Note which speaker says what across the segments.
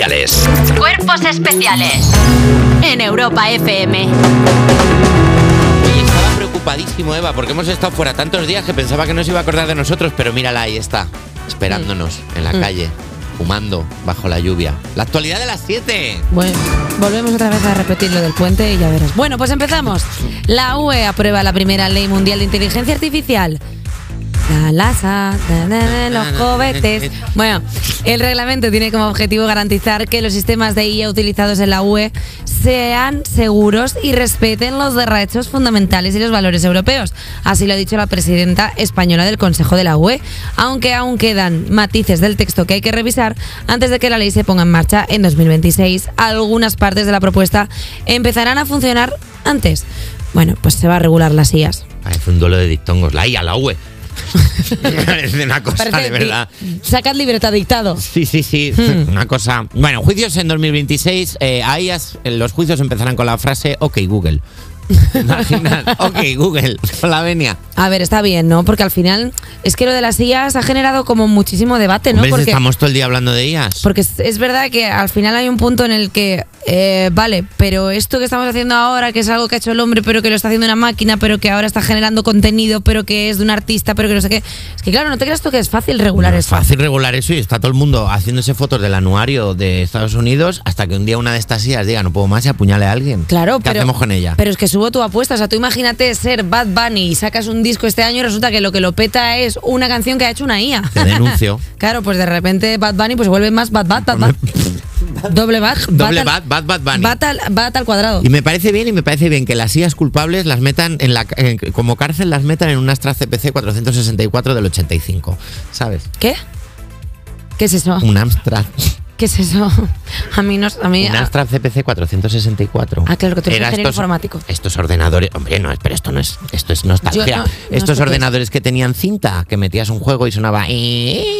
Speaker 1: especiales.
Speaker 2: Cuerpos especiales. En Europa FM.
Speaker 3: Oye, estaba preocupadísimo, Eva, porque hemos estado fuera tantos días que pensaba que no se iba a acordar de nosotros, pero mírala, ahí está, esperándonos
Speaker 4: Mm.
Speaker 3: en la calle, fumando bajo la lluvia. La actualidad de las 7.
Speaker 4: Bueno, volvemos otra vez a repetir lo del puente y ya verás. Bueno, pues empezamos. La UE aprueba la primera ley mundial de inteligencia artificial. La LASA, da, da, da, los cohetes. Bueno, el reglamento tiene como objetivo garantizar que los sistemas de IA utilizados en la UE sean seguros y respeten los derechos fundamentales y los valores europeos. Así lo ha dicho la presidenta española del Consejo de la UE, aunque aún quedan matices del texto que hay que revisar antes de que la ley se ponga en marcha en 2026. Algunas partes de la propuesta empezarán a funcionar antes. Bueno, pues se va a regular las IAS.
Speaker 3: Parece un duelo de dictongos, la IA, la UE. Parece una cosa de
Speaker 4: Parece- Mm.
Speaker 3: verdad.
Speaker 4: Sacad libertad dictado.
Speaker 3: Sí, sí, sí, una cosa. Bueno, juicios en 2026. Eh, ahí as- los juicios empezarán con la frase OK Google. Imaginad, OK Google, Slovenia.
Speaker 4: A ver, está bien, ¿no? Porque al final es que lo de las sillas ha generado como muchísimo debate, ¿no?
Speaker 3: ¿Ves?
Speaker 4: porque,
Speaker 3: Estamos todo el día hablando de ellas.
Speaker 4: porque es- es verdad que al final hay un punto en el que, eh, vale, pero esto que estamos haciendo ahora, que es algo que ha hecho el hombre, pero que lo está haciendo una máquina, pero que ahora está generando contenido, pero que es de un artista, pero que no sé qué. Es que claro, no te creas tú que es fácil regular
Speaker 3: No es
Speaker 4: eso.
Speaker 3: fácil regular eso y está todo el mundo haciéndose fotos del anuario de Estados Unidos hasta que un día una de estas sillas diga no puedo más y apuñale a alguien.
Speaker 4: Claro,
Speaker 3: ¿Qué
Speaker 4: pero,
Speaker 3: hacemos con ella?
Speaker 4: pero es que subo tu apuesta. O sea, tú imagínate ser Bad Bunny y sacas un disco este año y resulta que lo que lo peta es una canción que ha hecho una IA.
Speaker 3: Te denuncio.
Speaker 4: claro, pues de repente Bad Bunny pues vuelve más Bad Bad Bad Bad. Doble Bad.
Speaker 3: Doble
Speaker 4: al-
Speaker 3: Bad, Bad, Bad Bunny.
Speaker 4: Bad al, Bad al cuadrado.
Speaker 3: Y me parece bien y me parece bien que las IAS culpables las metan en la ca- en- como cárcel las metan en un Astra CPC 464 del 85, ¿sabes?
Speaker 4: ¿Qué? ¿Qué es eso?
Speaker 3: Un Amstrad,
Speaker 4: ¿Qué es eso? A mí no... A mí,
Speaker 3: un
Speaker 4: a-
Speaker 3: Amstrad CPC 464.
Speaker 4: Eh, Ah, claro, que tú eres
Speaker 3: Era
Speaker 4: ingeniero informático.
Speaker 3: Estos ordenadores, hombre, no, pero esto no es esto es nostalgia.
Speaker 4: no- no
Speaker 3: estos
Speaker 4: sé qué
Speaker 3: ordenadores que tenían cinta, que metías un juego y sonaba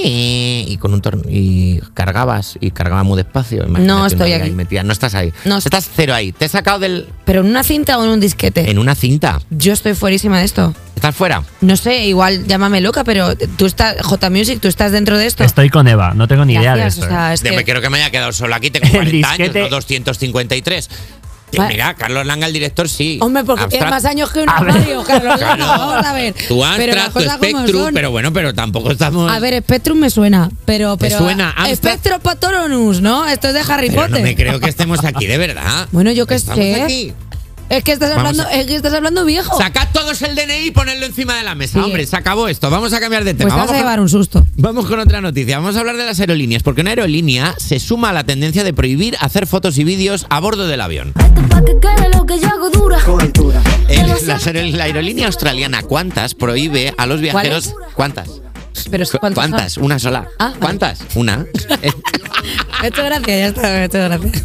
Speaker 3: eh, y con un torn- y cargabas y cargaba muy despacio, imagínate
Speaker 4: No
Speaker 3: una
Speaker 4: estoy
Speaker 3: IA y
Speaker 4: aquí.
Speaker 3: metía- no estás ahí.
Speaker 4: No
Speaker 3: estás cero ahí. Te he sacado del
Speaker 4: ¿Pero en una cinta o en un disquete?
Speaker 3: en una cinta.
Speaker 4: Yo estoy fuerísima de esto.
Speaker 3: Estás fuera.
Speaker 4: No sé, igual llámame loca, pero tú estás... J Music, tú estás dentro de esto.
Speaker 5: Estoy con Eva, no tengo ni idea de
Speaker 4: Gracias,
Speaker 5: esto.
Speaker 4: o sea,
Speaker 5: ¿eh?
Speaker 4: Ah, es
Speaker 3: De-
Speaker 4: que-
Speaker 3: me creo que me haya quedado solo aquí, tengo
Speaker 5: El
Speaker 3: 40 años,
Speaker 5: disquete-
Speaker 3: no 253. Y
Speaker 4: Va-
Speaker 3: mira, Carlos Langa, el director, sí.
Speaker 4: Hombre, porque tienes
Speaker 3: Abstract-
Speaker 4: más años que un
Speaker 5: A ver.
Speaker 4: armario, Carlos.
Speaker 3: Claro.
Speaker 4: Vamos a ver.
Speaker 3: Tu
Speaker 4: Pero las
Speaker 3: Amstrad, tu
Speaker 4: cosas como
Speaker 3: Spectrum,
Speaker 4: son.
Speaker 3: pero bueno, pero tampoco estamos...
Speaker 4: A ver, Spectrum me suena, pero...
Speaker 3: ¿Te
Speaker 4: pero
Speaker 3: suena Amstrad?
Speaker 4: Spectrum Patronus, ¿no? Esto es de Harry
Speaker 3: pero
Speaker 4: Potter.
Speaker 3: no me creo que estemos aquí, de verdad.
Speaker 4: Bueno, yo qué
Speaker 3: Estamos
Speaker 4: sé.
Speaker 3: aquí.
Speaker 4: Es que estás
Speaker 3: Vamos
Speaker 4: hablando,
Speaker 3: a-
Speaker 4: es que estás hablando viejo.
Speaker 3: Sacad todos el DNI y ponedlo encima de la mesa.
Speaker 4: Sí.
Speaker 3: Hombre, se acabó esto. Vamos a cambiar de tema.
Speaker 4: pues te vas
Speaker 3: Vamos
Speaker 4: a
Speaker 3: con-
Speaker 4: llevar un susto.
Speaker 3: Vamos con otra noticia. Vamos a hablar de las aerolíneas, porque una aerolínea se suma a la tendencia de prohibir hacer fotos y vídeos a bordo del avión.
Speaker 6: Pa' que quede lo que yo hago dura.
Speaker 3: El- la, aer- la aerolínea australiana Qantas prohíbe a los viajeros... ¿Cuántas?
Speaker 4: Pero ¿cuántos
Speaker 3: ¿Cuántas? Una sola.
Speaker 4: Ah, vale.
Speaker 3: ¿Cuántas? Una. Eh,
Speaker 4: son? Muchas gracias, ya está, muchas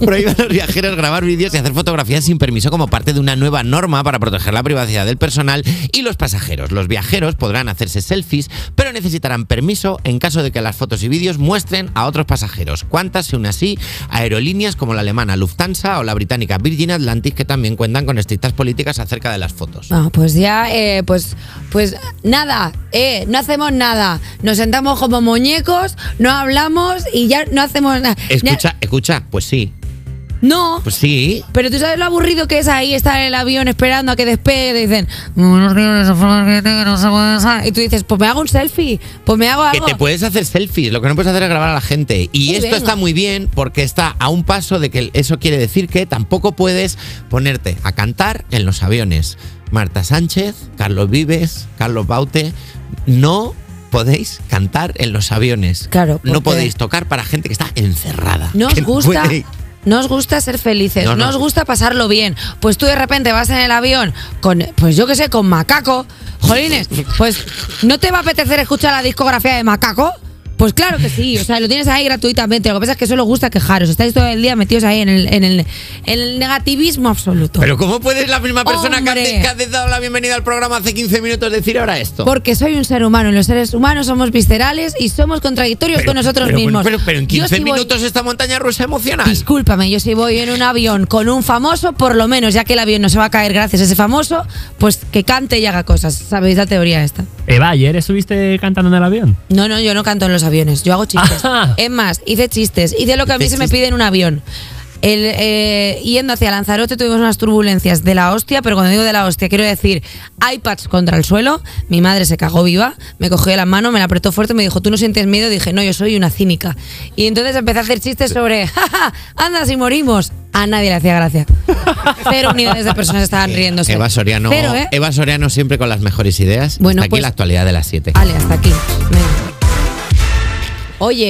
Speaker 3: Prohíbe a los viajeros grabar vídeos y hacer fotografías sin permiso como parte de una nueva norma para proteger la privacidad del personal y los pasajeros. Los viajeros podrán hacerse selfies, pero necesitarán permiso en caso de que las fotos y vídeos muestren a otros pasajeros. ¿Cuántas se une así a aerolíneas como la alemana Lufthansa o la británica Virgin Atlantic que también cuentan con estrictas políticas acerca de las fotos?
Speaker 4: No, pues ya, eh, pues, pues nada, eh, no hacemos nada. Nos sentamos como muñecos, no hablamos y ya no hacemos nada.
Speaker 3: Escucha, escucha, pues sí,
Speaker 4: No,
Speaker 3: pues sí,
Speaker 4: Pero tú sabes lo aburrido que es ahí estar en el avión esperando a que despegue. Te dicen, "Buenos días, Fran, ¿qué tal? No sé cómo es". y tú dices, pues me hago un selfie, pues me hago
Speaker 3: Que
Speaker 4: algo.
Speaker 3: te puedes hacer selfies, lo que no puedes hacer es grabar a la gente. Y
Speaker 4: Muy
Speaker 3: esto
Speaker 4: bien.
Speaker 3: está muy bien porque está a un paso de que eso quiere decir que tampoco puedes ponerte a cantar en los aviones. Marta Sánchez, Carlos Vives, Carlos Baute, no podéis cantar en los aviones.
Speaker 4: Claro, porque-
Speaker 3: No podéis tocar para gente que está encerrada.
Speaker 4: No os
Speaker 3: Que
Speaker 4: gusta.
Speaker 3: puede-
Speaker 4: No os gusta ser felices, no,
Speaker 3: No, no.
Speaker 4: os gusta pasarlo bien. Pues tú de repente vas en el avión con, pues yo qué sé, con Macaco. Jolines, pues ¿no te va a apetecer escuchar la discografía de Macaco? Pues claro que sí, o sea, lo tienes ahí gratuitamente. Lo que pasa es que solo os gusta quejaros. Estáis todo el día metidos ahí en el, en el, en el negativismo absoluto.
Speaker 3: Pero ¿cómo puedes la misma persona que
Speaker 4: Hombre.
Speaker 3: hace- que ha dado la bienvenida al programa hace 15 minutos decir ahora esto?
Speaker 4: Porque soy un ser humano y los seres humanos somos viscerales y somos contradictorios con nosotros
Speaker 3: pero,
Speaker 4: mismos.
Speaker 3: Pero, pero en
Speaker 4: Yo
Speaker 3: 15
Speaker 4: si voy-
Speaker 3: minutos esta montaña rusa emocional.
Speaker 4: Discúlpame, yo si voy en un avión con un famoso, por lo menos, ya que el avión no se va a caer gracias a ese famoso, pues que cante y haga cosas. ¿Sabéis la teoría esta?
Speaker 5: Eva, ¿ayer estuviste cantando en el avión?
Speaker 4: No, no, yo no canto en los aviones, yo hago chistes.
Speaker 1: Ah.
Speaker 4: Es más, hice chistes, hice lo que a mí
Speaker 3: Hice
Speaker 4: se me
Speaker 3: chistes.
Speaker 4: pide en un avión. El, eh, yendo hacia Lanzarote tuvimos unas turbulencias de la hostia, pero cuando digo de la hostia quiero decir iPads contra el suelo, mi madre se cagó viva, me cogió la mano, me la apretó fuerte, me dijo, ¿tú no sientes miedo? Dije, no, yo soy una cínica. Y entonces empecé a hacer chistes sobre, "Ja, ja, anda si morimos. A nadie le hacía gracia. Cero unidades de personas estaban riéndose.
Speaker 3: Eva Soriano,
Speaker 4: Cero, ¿eh?
Speaker 3: Eva Soriano siempre con las mejores ideas.
Speaker 4: Bueno,
Speaker 3: Hasta aquí
Speaker 4: pues-
Speaker 3: la actualidad de las 7.
Speaker 4: Vale, hasta aquí. Venga. Oye.